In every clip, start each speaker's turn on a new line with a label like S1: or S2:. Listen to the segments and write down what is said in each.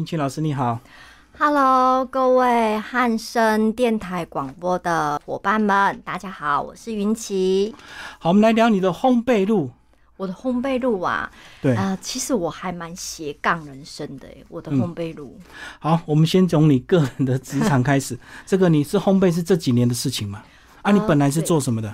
S1: 英俊老师你好，
S2: Hello，各位汉声电台广播的伙伴们，大家好，我是云奇。
S1: 好，我们来聊你的烘焙路。
S2: 我的烘焙路啊，
S1: 对，
S2: 啊，其实我还蛮斜杠人生的诶我的烘焙路，
S1: 好，我们先从你个人的职场开 始。这个你是烘焙是这几年的事情吗？啊，你
S2: 呃
S1: 本来是
S2: 对
S1: 做什么的？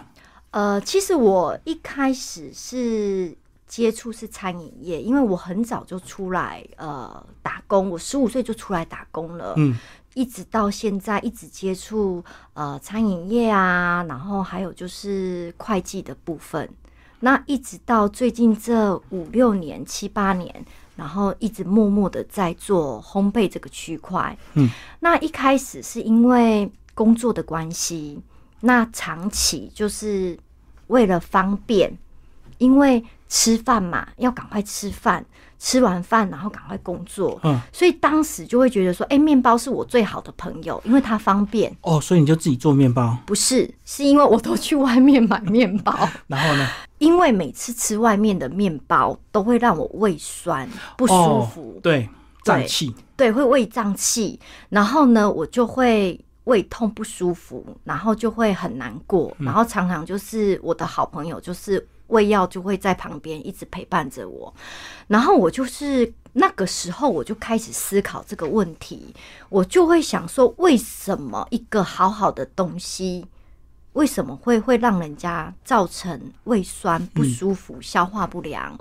S2: 呃，其实我一开始是接触是餐饮业，因为我很早就出来呃打工，我十五岁就出来打工了，
S1: 嗯，
S2: 一直到现在一直接触呃餐饮业啊，然后还有就是会计的部分。那一直到最近这五六年、七八年，然后一直默默的在做烘焙这个区块。
S1: 嗯，
S2: 那一开始是因为工作的关系，那长期就是为了方便，因为吃饭嘛，要赶快吃饭，吃完饭然后赶快工作。
S1: 嗯，
S2: 所以当时就会觉得说，哎、面包是我最好的朋友，因为它方便。
S1: 哦，所以你就自己做面包，
S2: 不是，是因为我都去外面买面包，
S1: 然后呢？
S2: 因为每次吃外面的面包都会让我胃酸不舒服，
S1: 哦、对，胀气。
S2: 对，会胃胀气，然后呢，我就会胃痛不舒服，然后就会很难过，然后常常就是我的好朋友就是胃药就会在旁边一直陪伴着我，然后我就是那个时候我就开始思考这个问题，我就会想说，为什么一个好好的东西，为什么会会让人家造成胃酸不舒服、消化不良？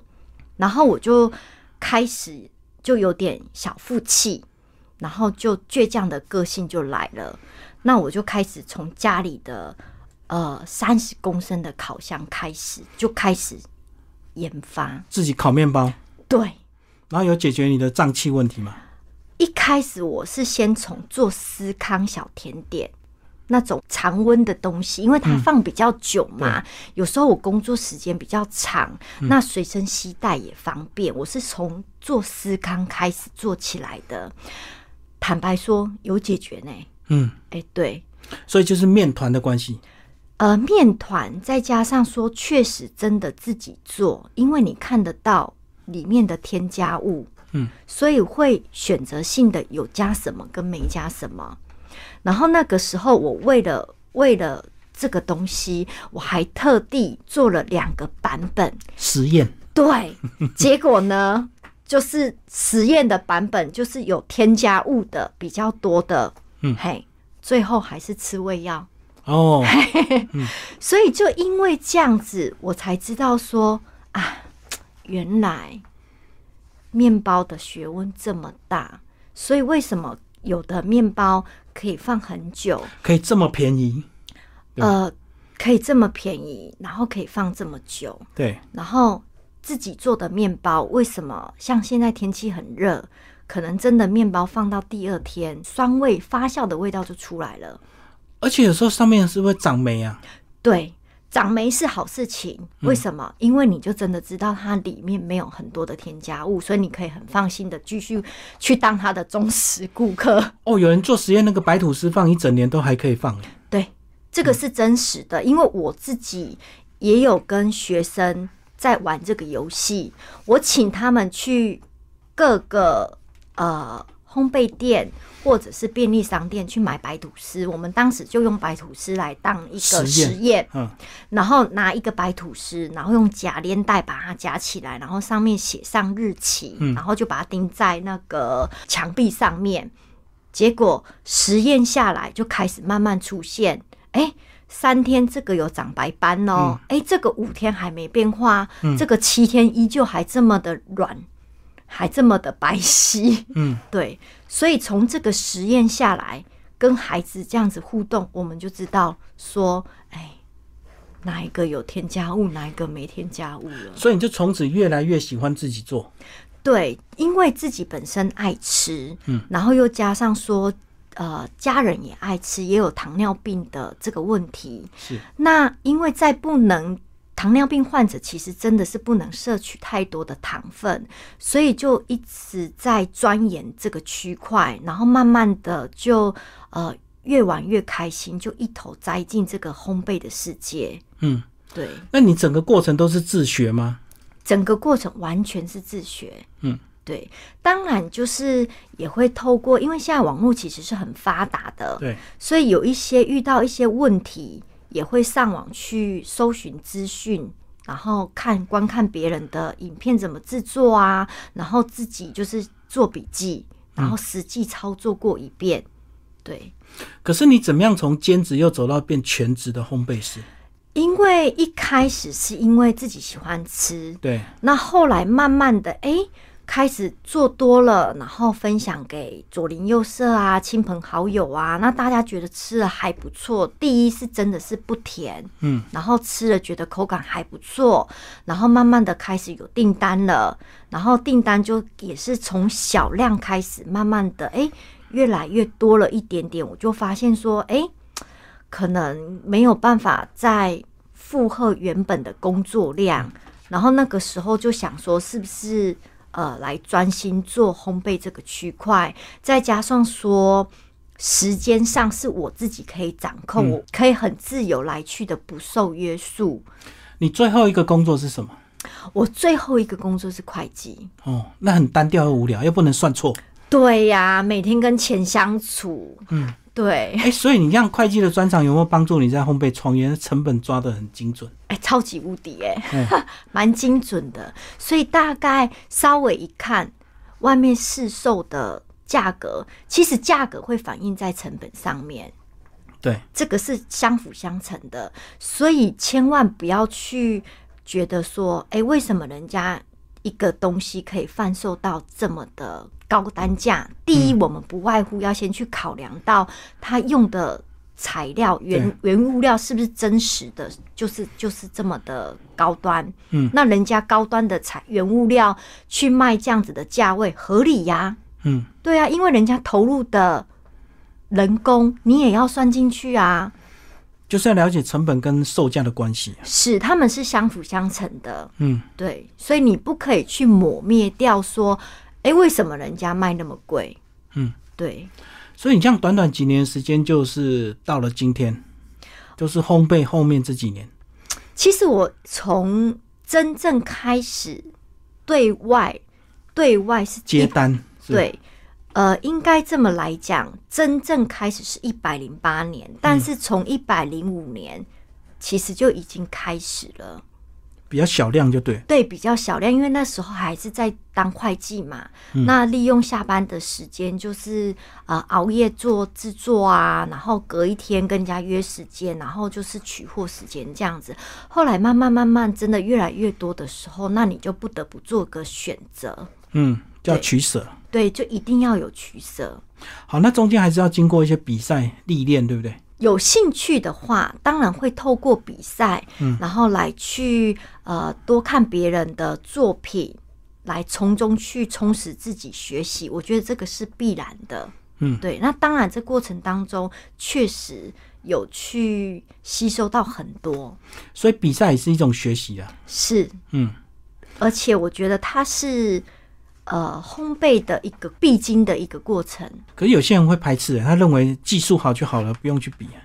S2: 然后我就开始就有点小负气，然后就倔强的个性就来了。那我就开始从家里的呃三十公升的烤箱开始，就开始研发。
S1: 自己烤面包，
S2: 对，
S1: 然后有解决你的胀气问题吗？
S2: 一开始我是先从做司康小甜点那种常温的东西，因为它放比较久嘛，有时候我工作时间比较长，那随身携带也方便。我是从做司康开始做起来的，坦白说有解决呢。
S1: 嗯，
S2: 哎、对，
S1: 所以就是面团的关系。
S2: 呃，面团再加上说，确实真的自己做，因为你看得到里面的添加物，
S1: 嗯，
S2: 所以会选择性的有加什么跟没加什么。然后那个时候，我为了为了这个东西，我还特地做了两个版本，
S1: 实验，
S2: 对，结果呢，就是实验的版本就是有添加物的比较多的，
S1: 嗯
S2: 嘿，最后还是吃胃药。
S1: 哦，
S2: 所以就因为这样子，我才知道说啊，原来面包的学问这么大，所以为什么有的面包可以放很久，
S1: 可以这么便宜，对
S2: 呃，可以这么便宜，然后可以放这么久，
S1: 对，
S2: 然后自己做的面包为什么像现在天气很热，可能真的面包放到第二天，酸味发酵的味道就出来了。
S1: 而且有时候上面是不是会长霉啊？
S2: 对，长霉是好事情，为什么？因为你就真的知道它里面没有很多的添加物，所以你可以很放心的继续去当它的忠实顾客。
S1: 哦，有人做实验，那个白吐司放一整年都还可以放。
S2: 对，这个是真实的，
S1: 嗯
S2: 因为我自己也有跟学生在玩这个游戏，我请他们去各个呃烘焙店。或者是便利商店去买白吐司，我们当时就用白吐司来当一个
S1: 实验
S2: 实验，
S1: 嗯，
S2: 然后拿一个白吐司，然后用假链带把它夹起来，然后上面写上日期，
S1: 嗯
S2: 然后就把它钉在那个墙壁上面。结果实验下来，就开始慢慢出现，哎，三天这个有长白斑哦，哎、这个五天还没变化，这个七天依旧还这么的软，还这么的白皙，
S1: 嗯，
S2: 对，所以从这个实验下来，跟孩子这样子互动，我们就知道说，哎，哪一个有添加物，哪一个没添加物了。
S1: 所以你就从此越来越喜欢自己做。
S2: 对，因为自己本身爱吃，嗯，然后又加上说，呃，家人也爱吃，也有糖尿病的这个问题。
S1: 是，
S2: 那因为在不能糖尿病患者其实真的是不能摄取太多的糖分，所以就一直在钻研这个区块，然后慢慢的就呃越玩越开心，就一头栽进这个烘焙的世界。
S1: 嗯，
S2: 对，
S1: 那你整个过程都是自学吗？
S2: 整个过程完全是自学。
S1: 嗯，
S2: 对，当然就是也会透过，因为现在网络其实是很发达的，
S1: 对，
S2: 所以有一些遇到一些问题，也会上网去搜寻资讯，然后看观看别人的影片怎么制作啊，然后自己就是做笔记，
S1: 嗯
S2: 然后实际操作过一遍。对，
S1: 可是你怎么样从兼职又走到变全职的烘焙师？
S2: 因为一开始是因为自己喜欢吃，
S1: 对，
S2: 那后来慢慢的，哎、开始做多了，然后分享给左邻右舍啊、亲朋好友啊，那大家觉得吃了还不错。第一是真的是不甜，
S1: 嗯，
S2: 然后吃了觉得口感还不错，然后慢慢的开始有订单了，然后订单就也是从小量开始，慢慢的，哎、越来越多了一点点，我就发现说，哎、可能没有办法再负荷原本的工作量，然后那个时候就想说，是不是呃来专心做烘焙这个区块，再加上说时间上是我自己可以掌控，我可以很自由来去的，不受约束。
S1: 你最后一个工作是什么？
S2: 我最后一个工作是会计，
S1: 哦，那很单调又无聊，又不能算错。
S2: 对呀、每天跟钱相处，
S1: 嗯，
S2: 对，
S1: 哎、所以你让会计的专长有没有帮助你在烘焙创业？成本抓得很精准。
S2: 哎、超级无敌哎、
S1: 嗯
S2: 蛮精准的，所以大概稍微一看，外面市售的价格，其实价格会反映在成本上面，
S1: 对，
S2: 这个是相辅相成的，所以千万不要去觉得说，哎，为什么人家一个东西可以贩售到这么的高单价？第一，我们不外乎要先去考量到它用的。材料原原物料是不是真实的？就是就是这么的高端，
S1: 嗯，
S2: 那人家高端的材原物料去卖这样子的价位合理呀、
S1: 嗯，
S2: 对啊，因为人家投入的人工你也要算进去啊，
S1: 就是要了解成本跟售价的关系。啊
S2: 是他们是相辅相成的，
S1: 嗯，
S2: 对，所以你不可以去抹灭掉说，哎、为什么人家卖那么贵？
S1: 嗯，
S2: 对，
S1: 所以你这样短短几年时间，就是到了今天，就是烘焙后面这几年。
S2: 其实我从真正开始对外对外是
S1: 接单，是，
S2: 对，呃，应该这么来讲，真正开始是一百零八年，但是从一百零五年其实就已经开始了。
S1: 比较小量就对。
S2: 对，比较小量，因为那时候还是在当会计嘛。那利用下班的时间，就是呃熬夜做制作啊，然后隔一天跟人家约时间，然后就是取货时间这样子。后来慢慢慢慢，真的越来越多的时候，那你就不得不做个选择，
S1: 嗯，叫
S2: 对
S1: 取舍。
S2: 对，就一定要有取舍。
S1: 好，那中间还是要经过一些比赛历练，对不对？
S2: 有兴趣的话，当然会透过比赛，
S1: 嗯
S2: 然后来去呃多看别人的作品，来从中去充实自己学习。我觉得这个是必然的。
S1: 嗯
S2: 对。那当然，这过程当中确实有去吸收到很多，
S1: 所以比赛也是一种学习啊。
S2: 是
S1: 嗯，
S2: 而且我觉得它是呃烘焙的一个必经的一个过程。
S1: 可是有些人会排斥，啊他认为技术好就好了，不用去比啊，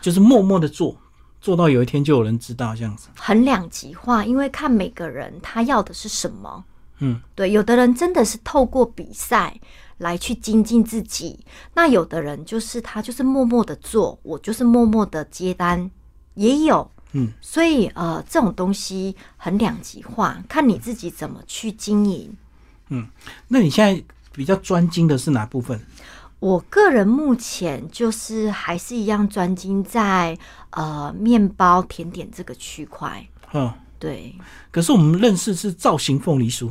S1: 就是默默的做，做到有一天就有人知道这样子。
S2: 很两极化，因为看每个人他要的是什么。
S1: 嗯，
S2: 对，有的人真的是透过比赛来去精进自己，那有的人就是他就是默默的做，我就是默默的接单，也有。
S1: 嗯，
S2: 所以呃，这种东西很两极化，看你自己怎么去经营。
S1: 那你现在比较专精的是哪部分？
S2: 我个人目前就是还是一样专精在呃面包甜点这个区块。
S1: 嗯，
S2: 对
S1: 可是我们认识是造型凤梨酥，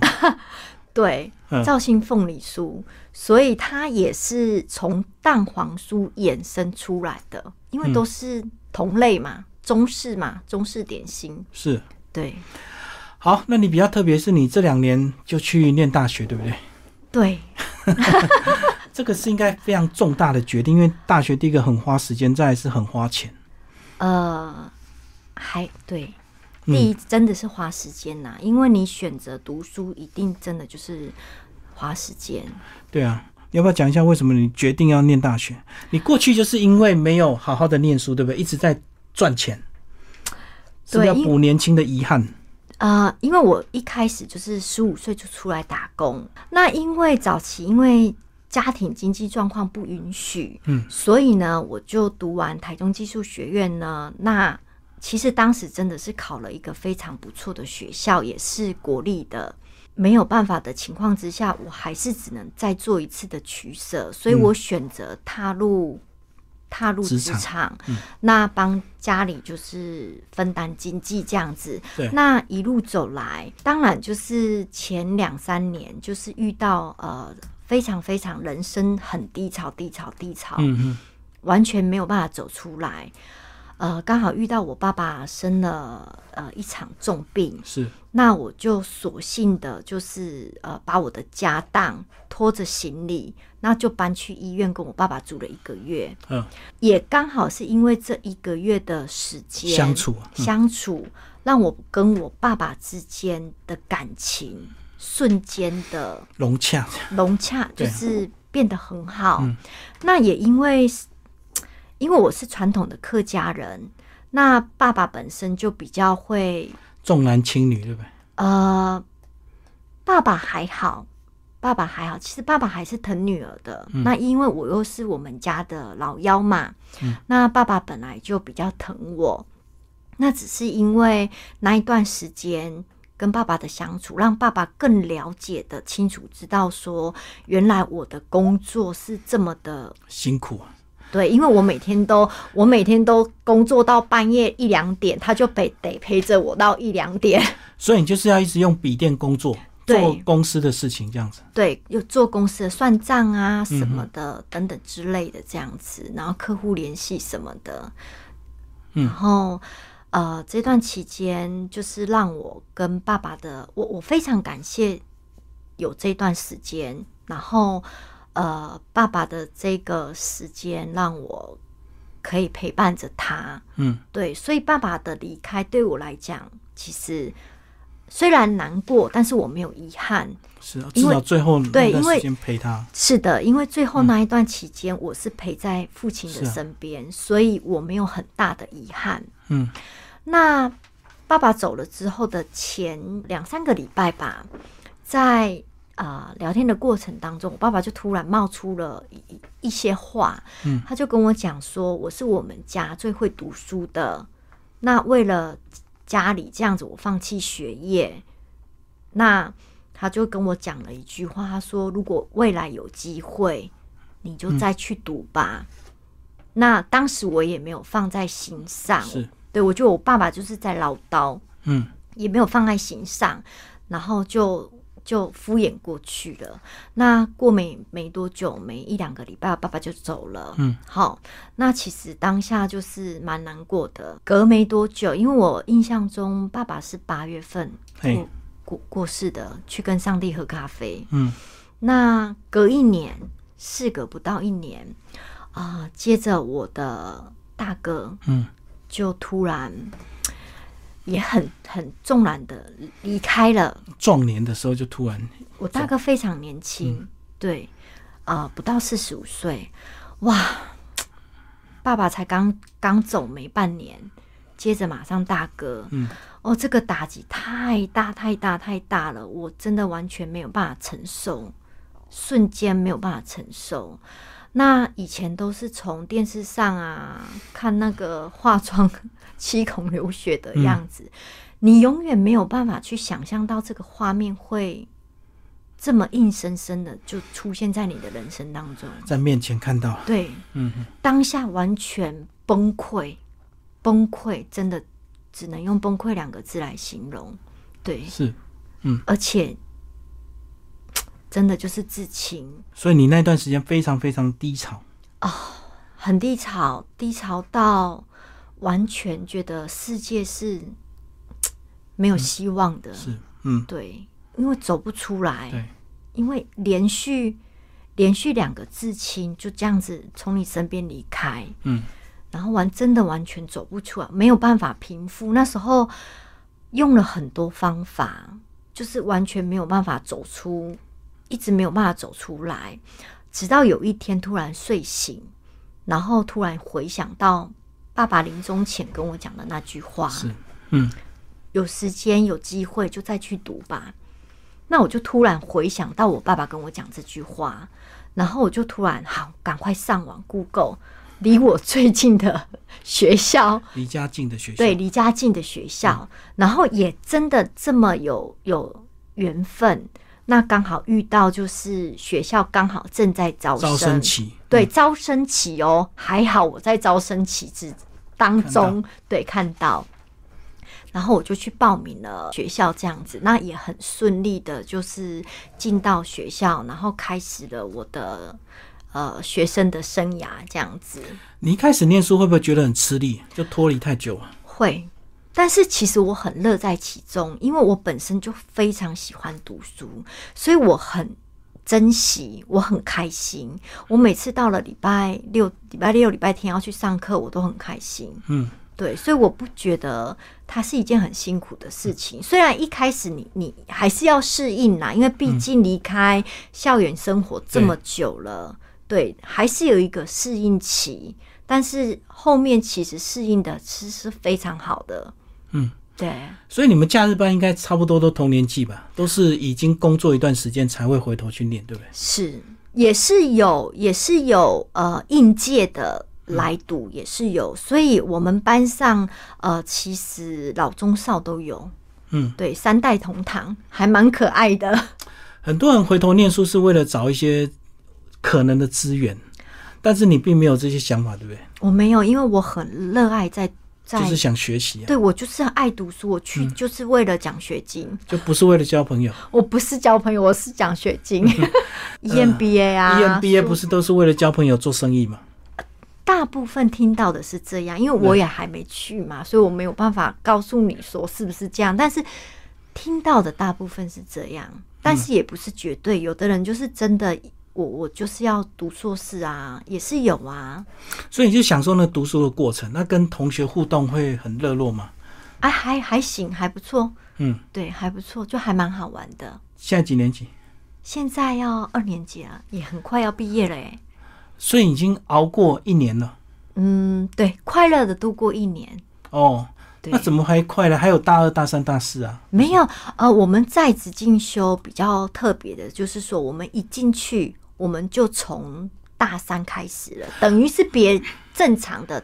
S2: 对，
S1: 嗯，
S2: 绍兴凤梨酥，所以它也是从蛋黄酥衍生出来的，因为都是同类嘛，中式嘛，中式点心。
S1: 是。
S2: 对
S1: 好，那你比较特别是你这两年就去念大学，对不对？
S2: 对，
S1: 这个是应该非常重大的决定，因为大学第一个很花时间，再来是很花钱。
S2: 呃，还对，
S1: 嗯
S2: 第一真的是花时间呐、因为你选择读书，一定真的就是花时间。
S1: 对啊，你要不要讲一下为什么你决定要念大学？你过去就是因为没有好好的念书，对不对？一直在赚钱，是不是
S2: 对
S1: 要
S2: 因
S1: 补年轻的遗憾。
S2: 呃，因为我一开始就是十五岁就出来打工，那因为早期因为家庭经济状况不允许，
S1: 嗯，
S2: 所以呢，我就读完台中技术学院呢，那其实当时真的是考了一个非常不错的学校，也是国立的。没有办法的情况之下，我还是只能再做一次的取舍，所以我选择踏入、踏
S1: 嗯
S2: 入
S1: 职
S2: 职
S1: 场嗯
S2: 场那帮家里就是分担经济这样子
S1: 对。
S2: 那一路走来，当然就是前两三年就是遇到呃非常非常人生很低潮、低潮、低潮，
S1: 嗯
S2: 完全没有办法走出来。呃，刚好遇到我爸爸生了呃一场重病
S1: 嗯，，是
S2: 那我就索性的，就是呃，把我的家当拖着行李，那就搬去医院跟我爸爸住了一个月。
S1: 嗯，
S2: 也刚好是因为这一个月的时间
S1: 相处啊嗯
S2: 相处让我跟我爸爸之间的感情瞬间的
S1: 融洽，
S2: 融洽，就
S1: 对
S2: 是变得很好。那也因为是因为我是传统的客家人，那爸爸本身就比较会
S1: 重男轻女，对不对？
S2: 呃，爸爸还好，爸爸还好。其实爸爸还是疼女儿的。那因为我又是我们家的老幺嘛，那爸爸本来就比较疼我。那只是因为那一段时间跟爸爸的相处，让爸爸更了解的清楚，知道说原来我的工作是这么的
S1: 辛苦啊，
S2: 对，因为我每天都我每天都工作到半夜一两点，他就得得陪着我到一两点。
S1: 所以你就是要一直用笔电工作，
S2: 对
S1: 做公司的事情这样子。
S2: 对，有做公司的算账啊什么的、等等之类的这样子，然后客户联系什么的，
S1: 嗯
S2: 然后呃这段期间就是让我跟爸爸的，我我非常感谢有这段时间，然后呃爸爸的这个时间让我可以陪伴着他，
S1: 嗯，
S2: 对，所以爸爸的离开对我来讲，其实虽然难过，但是我没有遗憾。
S1: 是啊，至
S2: 因为
S1: 少最后那
S2: 对
S1: 段
S2: 因为
S1: 时间陪他，
S2: 是的，因为最后那一段期间，我是陪在父亲的
S1: 嗯是啊
S2: 身边，所以我没有很大的遗憾。
S1: 嗯，
S2: 那爸爸走了之后的前两三个礼拜吧，在啊、呃聊天的过程当中，我爸爸就突然冒出了一一一些话，
S1: 嗯，
S2: 他就跟我讲说，我是我们家最会读书的，那为了家里这样子，我放弃学业，那他就跟我讲了一句话，他说，如果未来有机会，你
S1: 嗯
S2: 就再去读吧。那当时我也没有放在心上，
S1: 是，
S2: 对，我觉得我爸爸就是在唠叨，
S1: 嗯，
S2: 也没有放在心上，然后就就敷衍过去了。那过没没多久，没一两个礼拜，爸爸就走了。
S1: 嗯，
S2: 好，那其实当下就是蛮难过的。隔没多久，因为我印象中爸爸是八月份
S1: 嘿
S2: 过过过世的，去跟上帝喝咖啡。
S1: 嗯，
S2: 那隔一年，事隔不到一年，啊、接着我的大哥，
S1: 嗯，
S2: 就突然也很很纵然的离开了。
S1: 壮年的时候就突然
S2: 我大哥非常年轻，对，呃，不到四十五岁，哇，爸爸才刚刚走没半年，接着马上大哥，
S1: 嗯，
S2: 哦，这个打击太大太大太大了，我真的完全没有办法承受，瞬间没有办法承受。那以前都是从电视上啊看那个化妆 七孔流血的样子，你永远没有办法去想象到这个画面会这么硬生生的就出现在你的人生当中。
S1: 在面前看到，
S2: 对，
S1: 嗯，
S2: 当下完全崩溃，崩溃真的只能用崩溃两个字来形容。对，
S1: 是，
S2: 而且真的就是至亲，
S1: 所以你那段时间非常非常低潮，
S2: 很低潮，低潮到完全觉得世界是没有希望的。
S1: 嗯是，嗯，
S2: 对，因为走不出来，
S1: 对，
S2: 因为连续连续两个至亲就这样子从你身边离开，
S1: 嗯，
S2: 然后完真的完全走不出来，没有办法平复。那时候用了很多方法，就是完全没有办法走出，一直没有办法走出来，直到有一天突然睡醒，然后突然回想到爸爸临终前跟我讲的那句话，
S1: 是，嗯，
S2: 有时间有机会就再去读吧。那我就突然回想到我爸爸跟我讲这句话，然后我就突然好赶快上网 Google 离我最近的学 校，
S1: 离家近的学校，
S2: 对，离家近的学校，然后也真的这么有有缘分。那刚好遇到，就是学校刚好正在招
S1: 招生期，
S2: 对，招生期哦，还好我在招生期之当中，对，看到，然后我就去报名了学校，这样子，那也很顺利的，就是进到学校，然后开始了我的呃学生的生涯，这样子
S1: 你一开始念书会不会觉得很吃力，就脱离太久啊？
S2: 会。但是其实我很乐在其中，因为我本身就非常喜欢读书，所以我很珍惜，我很开心。我每次到了礼拜六、礼拜六、礼拜天要去上课，我都很开心。
S1: 嗯，
S2: 对，所以我不觉得它是一件很辛苦的事情。虽然一开始你你还是要适应啦，因为毕竟离开校园生活这么久了，对，还是有一个适应期。但是后面其实适应的其实是非常好的。
S1: 嗯，
S2: 对，
S1: 所以你们假日班应该差不多都同年纪吧，都是已经工作一段时间才会回头去念，对不对？
S2: 是也是有也是有呃应届的来读也是有，所以我们班上呃其实老中少都有，
S1: 嗯，
S2: 对，三代同堂，还蛮可爱的。
S1: 很多人回头念书是为了找一些可能的资源，但是你并没有这些想法，对不对？
S2: 我没有，因为我很热爱在在，
S1: 就是嗯想学习、啊，
S2: 哎对我就是爱读书，我去就是为了奖学金。
S1: 就不是为了交朋友。
S2: 我不是交朋友，我是奖学金
S1: 嗯
S2: ，EMBA
S1: 呃
S2: 啊
S1: EMBA 不是都是为了交朋友做生意吗？
S2: 大部分听到的是这样，因为我也还没去嘛，所以我没有办法告诉你说是不是这样。但是听到的大部分是这样，但是也不是绝对。有的人就是真的，我我就是要读硕士啊，也是有啊。
S1: 所以你就享受那读书的过程，那跟同学互动会很热络吗？
S2: 哎、还还行，还不错，
S1: 嗯，
S2: 对，还不错，就还蛮好玩的。
S1: 现在几年级？
S2: 现在要二年级了，也很快要毕业了哎。
S1: 所以已经熬过一年了
S2: 嗯，对，快乐的度过一年。
S1: 哦。
S2: 对
S1: 那怎么还快了？还有大二、大三、大四啊？
S2: 没有，呃，我们在职进修比较特别的，就是说我们一进去，我们就从大三开始了，等于是别正常的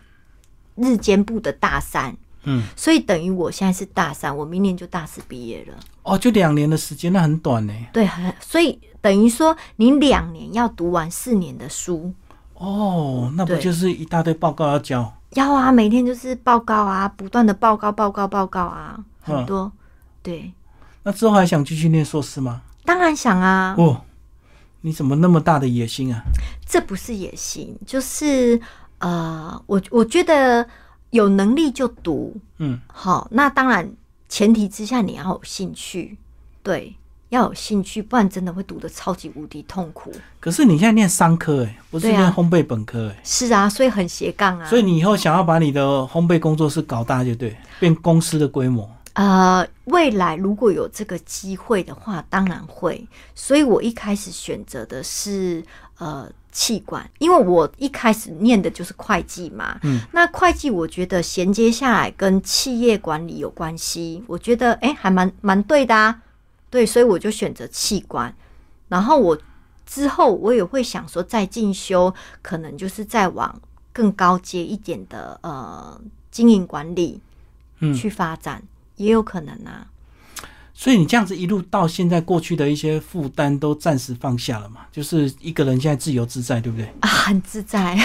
S2: 日间部的大三，
S1: 嗯，
S2: 所以等于我现在是大三，我明年就大四毕业了，
S1: 哦，就两年的时间，那很短呢。
S2: 对，很，所以等于说你两年要读完四年的书，
S1: 哦，那不
S2: 对
S1: 就是一大堆报告要交？
S2: 要啊，每天就是报告啊，不断的报告，报告，报告啊，很
S1: 嗯
S2: 多，对，
S1: 那之后还想继续念硕士吗？
S2: 当然想啊，
S1: 哦，你怎么那么大的野心啊？
S2: 这不是野心，就是呃，我我觉得有能力就读，
S1: 嗯，
S2: 好，那当然前提之下你要有兴趣，对，要有兴趣，不然真的会读的超级无敌痛苦。
S1: 可是你现在念商科哎、不是
S2: 对啊
S1: 念烘焙本科哎、
S2: 是啊，所以很斜杠啊。
S1: 所以你以后想要把你的烘焙工作室搞大，就对，变公司的规模。
S2: 呃，未来如果有这个机会的话，当然会。所以我一开始选择的是呃气管，因为我一开始念的就是会计嘛。
S1: 嗯，
S2: 那会计我觉得衔接下来跟企业管理有关系，我觉得诶还蛮蛮对的啊。对，所以我就选择气管，然后我之后我也会想说再进修，可能就是再往更高阶一点的呃经营管理
S1: 嗯
S2: 去发展，也有可能啊。
S1: 所以你这样子一路到现在，过去的一些负担都暂时放下了嘛，就是一个人现在自由自在，对不对？
S2: 啊，很自在。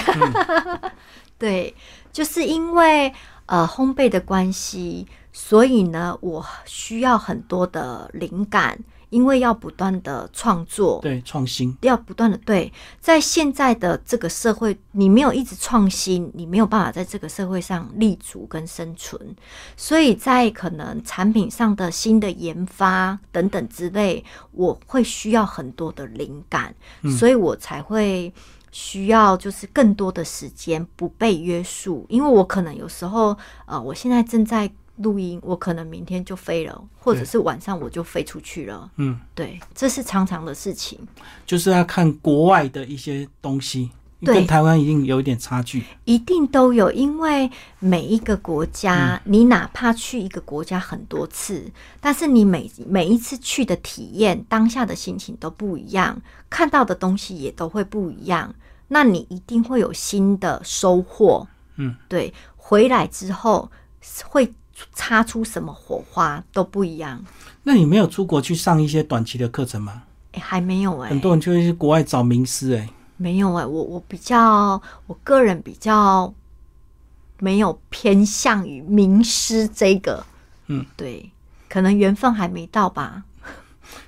S2: 对，就是因为呃烘焙的关系，所以呢，我需要很多的灵感，因为要不断的创作。
S1: 对，创新。
S2: 要不断的对，在现在的这个社会，你没有一直创新，你没有办法在这个社会上立足跟生存，所以在可能产品上的新的研发等等之类，我会需要很多的灵感，
S1: 嗯
S2: 所以我才会需要就是更多的时间不被约束，因为我可能有时候呃，我现在正在。录音，我可能明天就飞了，或者
S1: 对
S2: 是晚上我就飞出去了。
S1: 嗯，
S2: 对，这是常常的事情。
S1: 就是要看国外的一些东西，
S2: 对
S1: 跟台湾一定有一点差距。
S2: 一定都有，因为每一个国家，你哪怕去一个国家很多次，但是你每每一次去的体验，当下的心情都不一样，看到的东西也都会不一样，那你一定会有新的收获。
S1: 嗯，
S2: 对，回来之后会擦出什么火花都不一样。
S1: 那你没有出国去上一些短期的课程吗？
S2: 诶还没有哎、
S1: 很多人就会去国外找名师、哎，
S2: 没有哎、我我比较，我个人比较没有偏向于名师这个，
S1: 嗯，
S2: 对，可能缘分还没到吧。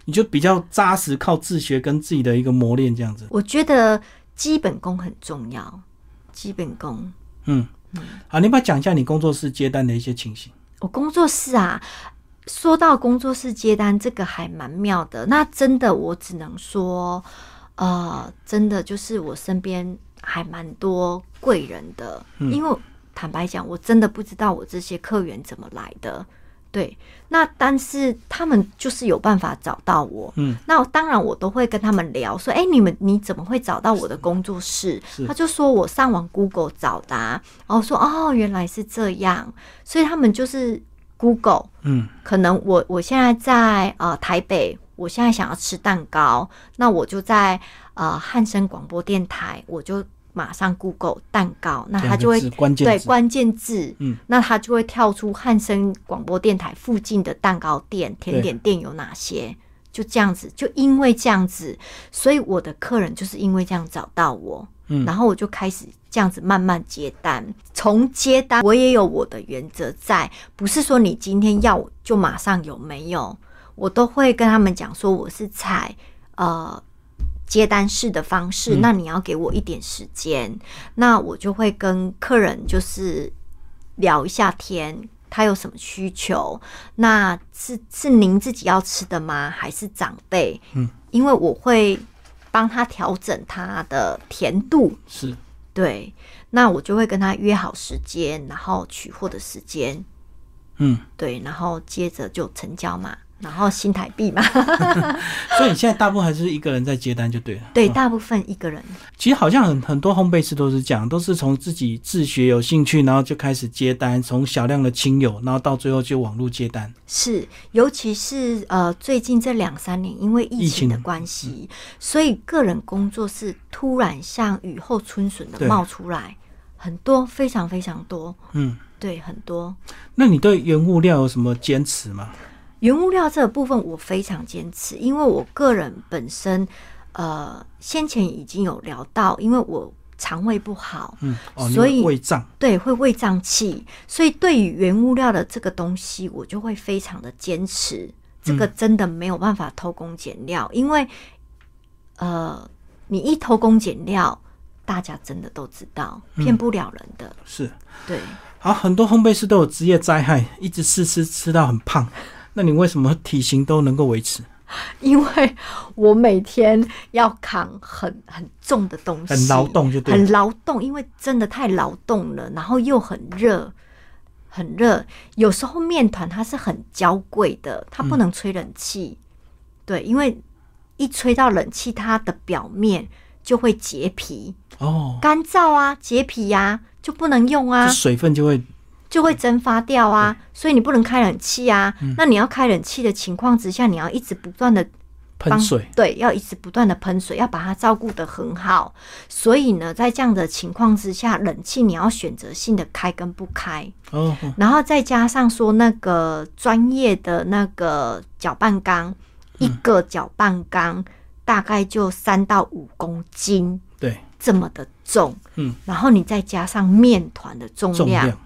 S1: 你就比较扎实，靠自学跟自己的一个磨练这样子。
S2: 我觉得基本功很重要，基本功。
S1: 嗯，好，你要不要讲一下你工作室接单的一些情形？
S2: 我工作室啊，说到工作室接单，这个还蛮妙的。那真的，我只能说，呃，真的就是我身边还蛮多贵人的，
S1: 嗯
S2: 因为坦白讲，我真的不知道我这些客源怎么来的。对，那但是他们就是有办法找到我，
S1: 嗯，
S2: 那当然我都会跟他们聊，说，哎、你们你怎么会找到我的工作室
S1: 是？
S2: 他就说我上网 Google 找的、啊，然后说哦，原来是这样，所以他们就是 Google，
S1: 嗯，
S2: 可能我我现在在呃台北，我现在想要吃蛋糕，那我就在呃汉声广播电台，我就马上 Google 蛋糕，那他
S1: 两
S2: 就
S1: 个
S2: 会
S1: 字关键
S2: 对
S1: 字，
S2: 关键字，
S1: 嗯，
S2: 那它就会跳出汉声广播电台附近的蛋糕店、
S1: 对
S2: 甜点店有哪些，就这样子，就因为这样子，所以我的客人就是因为这样找到我，
S1: 嗯
S2: 然后我就开始这样子慢慢接单，从接单我也有我的原则在，不是说你今天要我就马上有没有，我都会跟他们讲说我是采呃接单式的方
S1: 嗯
S2: 式，那你要给我一点时间，那我就会跟客人就是聊一下天，他有什么需求？那是是您自己要吃的吗？还是长辈？
S1: 嗯，
S2: 因为我会帮他调整他的甜度，
S1: 是
S2: 对，那我就会跟他约好时间，然后取货的时间，
S1: 嗯。
S2: 对，然后接着就成交嘛，然后新台币嘛，
S1: 所以你现在大部分还是一个人在接单就对了。
S2: 对，大部分一个人
S1: 其实好像很很多烘焙师都是这样，都是从自己自学有兴趣，然后就开始接单，从小量的亲友，然后到最后就网络接单。
S2: 是，尤其是呃，最近这两三年，因为疫
S1: 疫
S2: 情的
S1: 情嗯
S2: 关系，所以个人工作室突然像雨后春笋的
S1: 对
S2: 冒出来，很多，非常非常多，
S1: 嗯，
S2: 对，很多。
S1: 那你对原物料有什么坚持吗？
S2: 原物料这个部分我非常坚持，因为我个人本身，呃，先前已经有聊到，因为我肠胃不好，
S1: 嗯，哦，
S2: 所以
S1: 你有胃胀，
S2: 对，会胃胀气，所以对于原物料的这个东西，我就会非常的坚持。这
S1: 嗯
S2: 个真的没有办法偷工减料，因为呃，你一偷工减料，大家真的都知道，
S1: 嗯
S2: 骗不了人的。
S1: 是。
S2: 对，
S1: 好，很多烘焙师都有职业灾害，一直吃吃吃到很胖。那你为什么体型都能够维持？
S2: 因为我每天要扛很很重的东西，
S1: 很劳动就对了
S2: 很劳动，因为真的太劳动了，然后又很热，很热。有时候面团它是很娇贵的，它不能吹冷气，对，因为一吹到冷气，它的表面就会结皮、
S1: 哦，
S2: 干燥啊，结皮呀、就不能用啊
S1: 这，水分就会
S2: 就会蒸发掉啊，所以你不能开冷气啊。
S1: 嗯
S2: 那你要开冷气的情况之下，你要一直不断的
S1: 喷水。
S2: 对，要一直不断的喷水，要把它照顾得很好。所以呢，在这样的情况之下，冷气你要选择性的开跟不开，
S1: 哦，
S2: 然后再加上说那个专业的那个搅拌缸，一个搅拌缸大概就三到五公斤
S1: 对，
S2: 这么的重，
S1: 嗯，
S2: 然后你再加上面团的重
S1: 重
S2: 量，
S1: 量。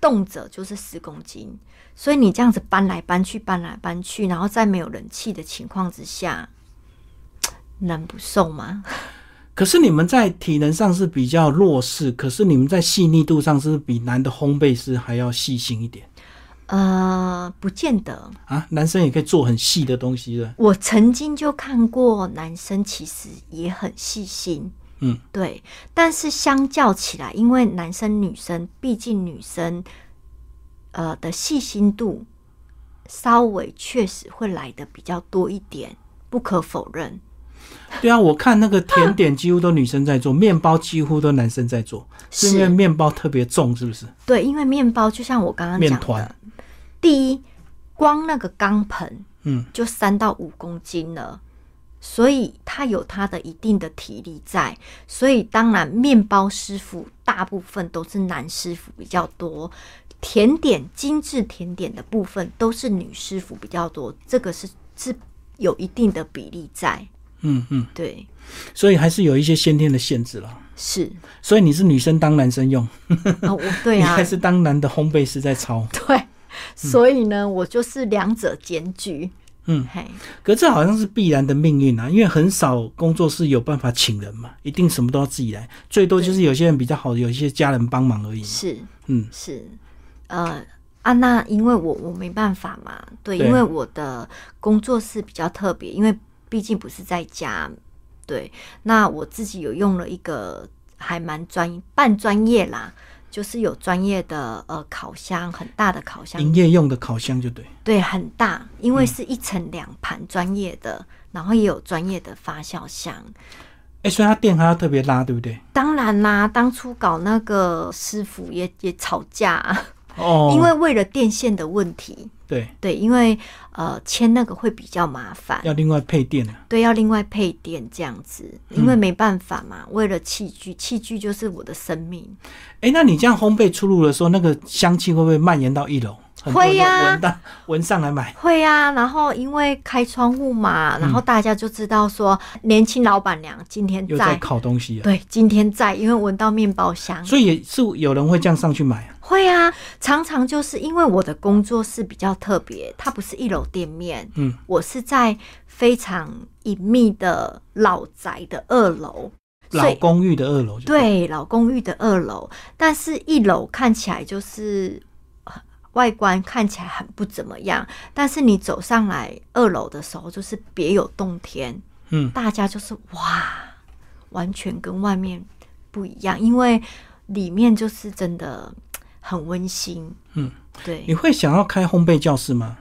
S2: 动辄就是十公斤。所以你这样子搬来搬去，搬来搬去，然后在没有人气的情况之下，能不瘦吗？
S1: 可是你们在体能上是比较弱势，可是你们在细腻度上是比男的烘焙师还要细心一点
S2: 呃，不见得。
S1: 啊。男生也可以做很细的东西的，
S2: 我曾经就看过男生其实也很细心，
S1: 嗯，
S2: 对。但是相较起来，因为男生女生，毕竟女生呃的细心度稍微确实会来的比较多一点，不可否认。
S1: 对啊，我看那个甜点几乎都女生在做，面包几乎都男生在做，是因为
S2: 是
S1: 面包特别重，是不是？
S2: 对，因为面包就像我刚刚
S1: 面
S2: 讲的
S1: 团，
S2: 第一，光那个钢盆
S1: 嗯，
S2: 就三到五公斤了。所以它有它的一定的体力在，所以当然面包师傅大部分都是男师傅比较多，甜点精致甜点的部分都是女师傅比较多，这个是是有一定的比例在，
S1: 嗯嗯，
S2: 对，
S1: 所以还是有一些先天的限制了。
S2: 是
S1: 所以你是女生当男生用，
S2: 啊、我对
S1: 你
S2: 啊
S1: 还，是嗯当男的烘焙师在操。
S2: 对，所以呢，我就是两者兼具，
S1: 嗯，
S2: 嘿，
S1: 可这好像是必然的命运啊，因为很少工作室有办法请人嘛，一定什么都要自己来，最多就是有些人比较好，有一些家人帮忙而已嘛。
S2: 是
S1: 嗯
S2: 是，呃啊，那因为我我没办法嘛，对，
S1: 对
S2: 因为我的工作室比较特别，因为毕竟不是在家，对，那我自己有用了一个还蛮专半专业啦。就是有专业的呃烤箱，很大的烤箱，
S1: 营业用的烤箱就对，
S2: 对，很大，因
S1: 嗯
S2: 为是一层两盘专业的，然后也有专业的发酵箱，
S1: 哎、所以他店还要特别拉，对不对？
S2: 当然啦，当初搞那个师傅也也吵架、啊
S1: 哦，
S2: 因为为了电线的问题，
S1: 对，
S2: 对，因为呃签那个会比较麻烦，
S1: 要另外配电啊。
S2: 对，要另外配电这样子，
S1: 嗯
S2: 因为没办法嘛，为了器具，器具就是我的生命，
S1: 哎、那你这样烘焙出炉的时候，那个香气会不会蔓延到一楼？很多人
S2: 会呀
S1: 闻到闻上来买。
S2: 会啊。然后因为开窗户
S1: 嗯
S2: 嘛，然后大家就知道说、年轻老板娘今天
S1: 又
S2: 在，
S1: 在烤东西啊，
S2: 对，今天在，因为闻到面包香，
S1: 所以也是有人会这样上去买啊。
S2: 会啊，常常就是因为我的工作室比较特别，它不是一楼店面，
S1: 嗯，
S2: 我是在非常隐秘的老宅的二楼，所
S1: 老
S2: 以
S1: 公寓的二楼就
S2: 对老公寓的二楼，但是一楼看起来就是呃外观看起来很不怎么样，但是你走上来二楼的时候，就是别有洞天，
S1: 嗯
S2: 大家就是哇，完全跟外面不一样，因为里面就是真的嘖很温馨。
S1: 嗯，
S2: 对
S1: 你，会想要开烘焙教室吗？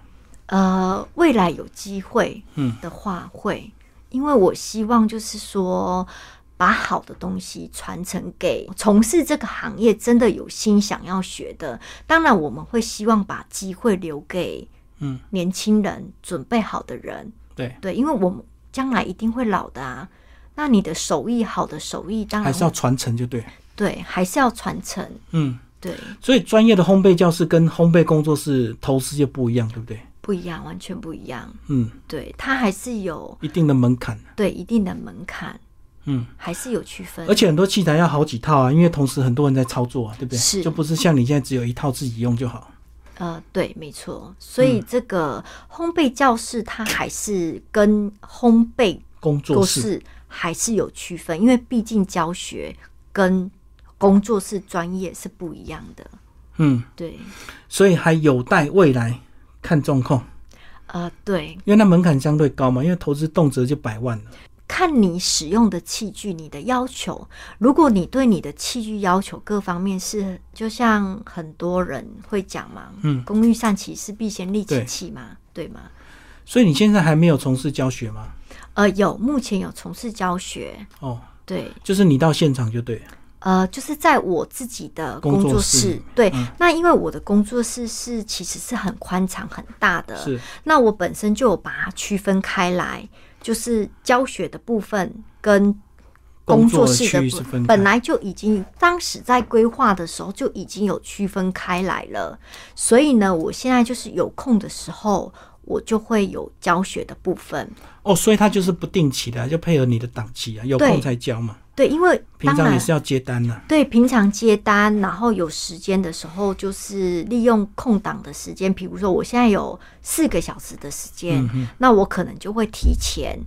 S2: 呃，未来有机会
S1: 嗯
S2: 的话会，因为我希望就是说。把好的东西传承给从事这个行业真的有心想要学的，当然我们会希望把机会留给
S1: 嗯，
S2: 年轻人、准备好的人，
S1: 对，
S2: 对，因为我们将来一定会老的啊。那你的手艺好的手艺，当然
S1: 还是要传承就对。
S2: 对，还是要传承。
S1: 嗯，
S2: 对，
S1: 所以专业的烘焙教室跟烘焙工作室投资就不一样，对不对？
S2: 不一样，完全不一样。
S1: 嗯，
S2: 对，它还是有
S1: 一定的门槛。
S2: 对一定的门槛，
S1: 嗯，
S2: 还是有区分
S1: 而。且很多器材要好几套啊，因为同时很多人在操作啊，对不对？
S2: 是
S1: 就不是像你现在只有一套自己用就好。
S2: 呃，对，没错。所
S1: 嗯
S2: 以这个烘焙教室，它还是跟烘焙
S1: 工作
S2: 都
S1: 室
S2: 是还是有区分，因为毕竟教学跟工作室专业是不一样的。
S1: 嗯，
S2: 对，
S1: 所以还有待未来看状况，
S2: 呃，对，
S1: 因为那门槛相对高嘛，因为投资动辄就百万了。
S2: 看你使用的器具，你的要求。如果你对你的器具要求各方面是，就像很多人会讲嘛，
S1: 嗯
S2: 工欲善其事，必先利
S1: 对
S2: 其器嘛，对吗？
S1: 所以你现在还没有从事教学吗？
S2: 呃，有，目前有从事教学，
S1: 哦，
S2: 对，
S1: 就是你到现场就对了。
S2: 呃，就是在我自己的
S1: 工
S2: 工
S1: 作
S2: 作
S1: 室嗯
S2: 室，对，那因为我的工作室是其实是很宽敞、很大的，
S1: 是，
S2: 那我本身就有把它区分开来，就是教学的部分跟工作室
S1: 工作的区域
S2: 的
S1: 是
S2: 部
S1: 分
S2: 分，
S1: 开
S2: 本来就已经当时在规划的时候就已经有区分开来了。所以呢，我现在就是有空的时候，我就会有教学的部分。
S1: 哦，所以它就是不定期的啊、就配合你的档期啊，有
S2: 对
S1: 空才教嘛。
S2: 对，因为
S1: 平
S2: 当
S1: 常
S2: 然
S1: 也是要接单啊呐、
S2: 对，平常接单，然后有时间的时候，就是利用空档的时间，比如说我现在有四个小时的时间，那我可能就会提前，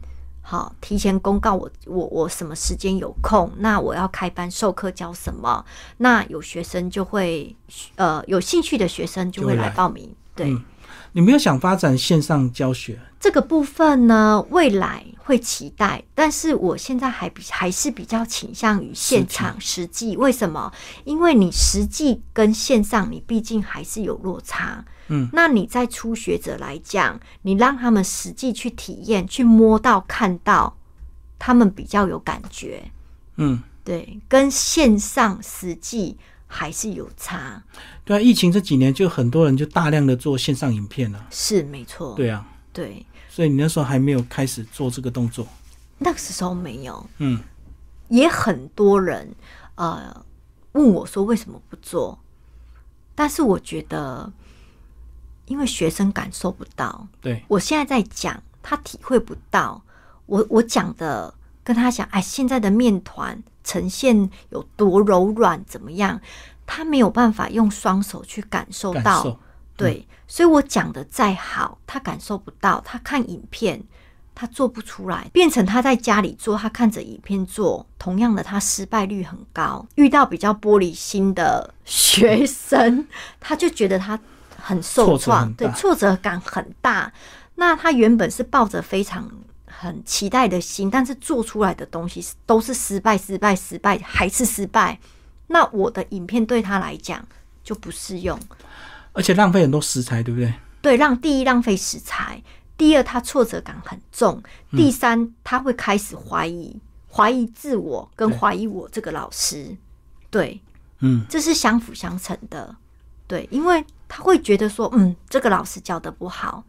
S2: 好，提前公告我我我什么时间有空，那我要开班授课教什么，那有学生就会，呃，有兴趣的学生就
S1: 就
S2: 会
S1: 会
S2: 来
S1: 来
S2: 报名。对、
S1: 嗯你没有想发展线上教学？
S2: 这个部分呢，未来会期待，但是我现在还比还是比较倾向于现场实际。为什么？因为你实际跟线上，你毕竟还是有落差。
S1: 嗯，
S2: 那你在初学者来讲，你让他们实际去体验、去摸到、看到，他们比较有感觉，
S1: 嗯，
S2: 对，跟线上实际还是有差，
S1: 对啊，疫情这几年就很多人就大量的做线上影片啊，
S2: 是没错，
S1: 对啊，
S2: 对，
S1: 所以你那时候还没有开始做这个动作，
S2: 那个时候没有，
S1: 嗯，
S2: 也很多人呃问我说为什么不做，但是我觉得，因为学生感受不到，
S1: 对，
S2: 我现在在讲，他体会不到。我我讲的跟他讲，哎，现在的面团呈现有多柔软，怎么样？他没有办法用双手去感受
S1: 感
S2: 到，
S1: 受，
S2: 对，嗯所以我讲的再好，他感受不到，他看影片。他做不出来，变成他在家里做，他看着影片做，同样的，他失败率很高。遇到比较玻璃心的学生，他就觉得他很受
S1: 挫折
S2: 创
S1: 很，
S2: 对
S1: 大
S2: 挫折感很大。那他原本是抱着非常很期待的心，但是做出来的东西都是失败、失败、失败，还是失败。那我的影片对他来讲就不适用，
S1: 而且浪费很多食材，对不对？
S2: 对，让第一浪费食材，第二他挫折感很重，
S1: 嗯
S2: 第三他会开始怀疑，怀疑自我跟
S1: 对
S2: 怀疑我这个老师，对，
S1: 嗯，
S2: 这是相辅相成的，对，因为他会觉得说，嗯，这个老师教的不好，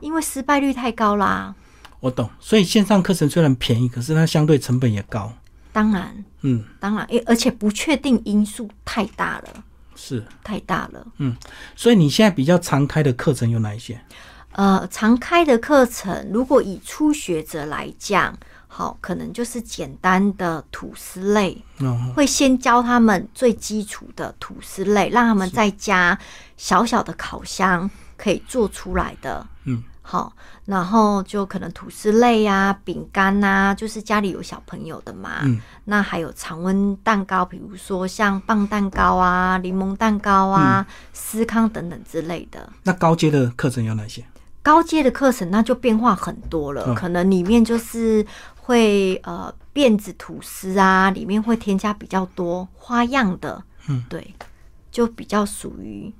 S2: 因为失败率太高啦，
S1: 我懂。所以线上课程虽然便宜，可是它相对成本也高。
S2: 当然，
S1: 嗯，
S2: 当然，诶而且不确定因素太大了，
S1: 是。
S2: 太大了。
S1: 所以你现在比较常开的课程有哪一些？
S2: 呃，常开的课程，如果以初学者来讲，好，可能就是简单的吐司类，
S1: 哦，
S2: 会先教他们最基础的吐司类，让他们在家小小的烤箱可以做出来的。
S1: 嗯，
S2: 好，然后就可能吐司类啊、饼干呐，就是家里有小朋友的嘛。
S1: 嗯，
S2: 那还有常温蛋糕，比如说像棒蛋糕啊、柠檬蛋糕啊、
S1: 嗯
S2: 司康等等之类的。
S1: 那高阶的课程有哪些？
S2: 高阶的课程那就变化很多了，
S1: 嗯
S2: 可能里面就是会呃辫子吐司啊，里面会添加比较多花样的，
S1: 嗯，
S2: 对，就比较属于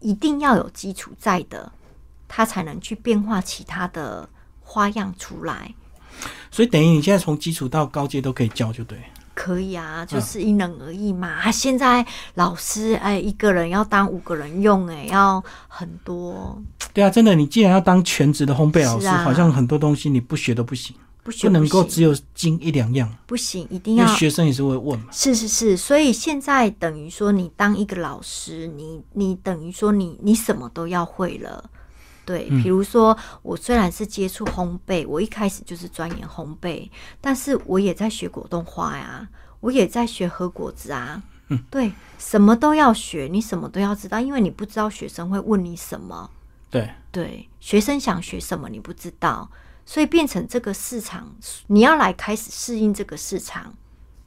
S2: 一定要有基础在的，它才能去变化其他的花样出来。
S1: 所以等于你现在从基础到高阶都可以教，就对。
S2: 可以啊，就是因人而异嘛。啊，现在老师哎，一个人要当五个人用，哎，要很多，
S1: 对啊，真的，你既然要当全职的烘焙老师，
S2: 是啊
S1: 好像很多东西你不学都不行，
S2: 不学
S1: 不能够
S2: 行
S1: 只有精一两样，
S2: 不行，一定
S1: 因为
S2: 要
S1: 学生也是会问嘛。
S2: 是是是，所以现在等于说，你当一个老师，你你等于说你你什么都要会了。对，比如说我虽然是接触烘焙，我一开始就是钻研烘焙，但是我也在学果冻花呀，我也在学和果子啊。对，什么都要学，你什么都要知道，因为你不知道学生会问你什么。
S1: 对，
S2: 对，学生想学什么你不知道，所以变成这个市场，你要来开始适应这个市场。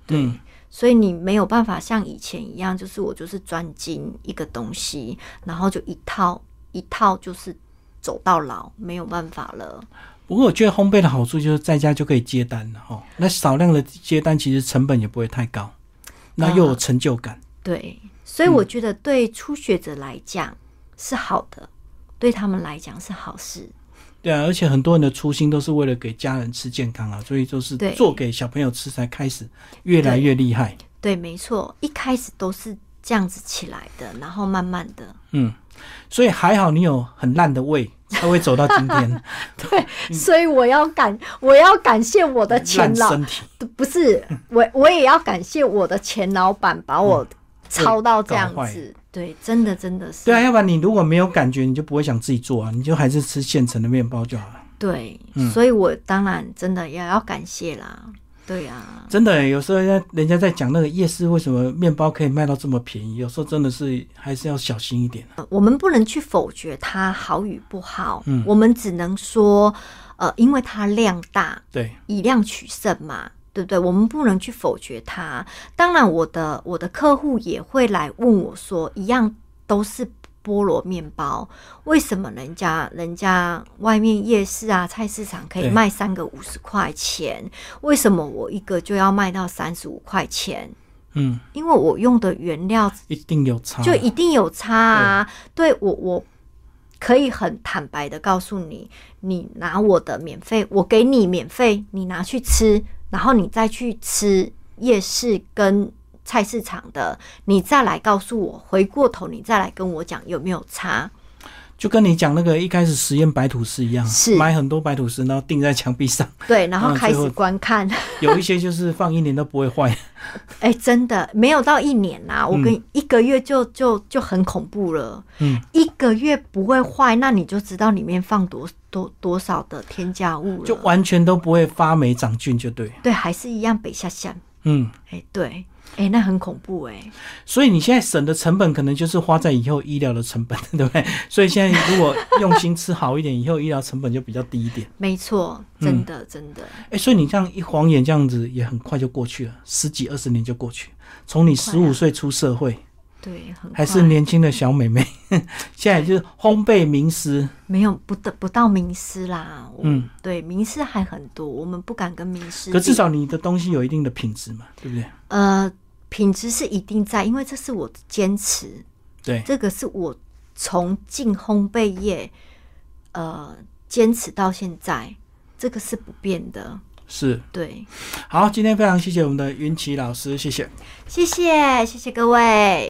S1: 嗯，
S2: 所以你没有办法像以前一样，就是我就是专精一个东西，然后就一套一套就是走到老，没有办法了。
S1: 不过我觉得烘焙的好处就是在家就可以接单了哈、哦，那少量的接单其实成本也不会太高，
S2: 啊
S1: 那又有成就感。
S2: 对，所以我觉得对初学者来讲是好的，对他们来讲是好事。
S1: 对啊，而且很多人的初心都是为了给家人吃健康啊，所以就是
S2: 对
S1: 做给小朋友吃才开始越来越厉害。
S2: 对，没错，一开始都是这样子起来的，然后慢慢的，
S1: 嗯，所以还好你有很烂的胃，才会走到今 天
S2: 对，所以我要感我要感谢我的前
S1: 烂
S2: 老
S1: 身体。
S2: 不是我，我也要感谢我的前老板把我操到这样
S1: 嗯搞坏
S2: 子。对，真的真的是
S1: 对啊，要不然你如果没有感觉，你就不会想自己做啊，你就还是吃现成的面包就好了。
S2: 对
S1: 嗯
S2: 所以我当然真的也要感谢啦。对啊，
S1: 真的欸、有时候人家人家在讲那个夜市为什么面包可以卖到这么便宜，有时候真的是还是要小心一点啊。
S2: 呃我们不能去否决它好与不好，
S1: 嗯
S2: 我们只能说，呃，因为它量大，
S1: 对，
S2: 以量取胜嘛，对不对？我们不能去否决它。当然，我的我的客户也会来问我说，一样都是菠萝面包，为什么人家人家外面夜市啊、菜市场可以
S1: 对
S2: 卖三个五十块钱，为什么我一个就要卖到三十五块钱？
S1: 嗯，
S2: 因为我用的原料
S1: 一定有差。
S2: 啊就一定有差啊。对我我可以很坦白的告诉你，你拿我的免费，我给你免费，你拿去吃，然后你再去吃夜市跟菜市场的，你再来告诉我，回过头你再来跟我讲有没有差。
S1: 就跟你讲那个一开始实验白吐司一样，
S2: 是
S1: 买很多白吐司，然后钉在墙壁上，
S2: 对，然后
S1: 嗯
S2: 开
S1: 最
S2: 始
S1: 后
S2: 观看，
S1: 有一些就是放一年都不会 坏。
S2: 哎、真的没有到一年啦，我跟一个月就就就很恐怖了。
S1: 嗯，
S2: 一个月不会坏，那你就知道里面放多多多少的添加物了。
S1: 就完全都不会发霉长菌，就对。
S2: 对，还是一样北下下。
S1: 嗯，
S2: 哎、对，哎、那很恐怖哎、
S1: 所以你现在省的成本可能就是花在以后医疗的成本，对不对？所以现在如果用心吃好一点，以后医疗成本就比较低一点。
S2: 没错，
S1: 嗯
S2: 真的、真的，
S1: 哎、所以你这样一晃眼，这样子也很快就过去了，十几二十年就过去了。从你十
S2: 快啊
S1: 五岁出社会，
S2: 对，很
S1: 还是
S2: 快
S1: 年轻的小美眉， 现在就是烘焙名师。
S2: 没有不得不到名师啦。
S1: 嗯
S2: 嗯，对，名师还很多，我们不敢跟名师比。
S1: 可至少你的东西有一定的品质嘛，对不对？
S2: 呃，品质是一定在，因为这是我的坚持，
S1: 对，
S2: 这个是我从进烘焙业呃坚持到现在，这个是不变的。
S1: 是。
S2: 对，
S1: 好，今天非常谢谢我们的云奇老师，谢谢。
S2: 谢谢，谢谢各位。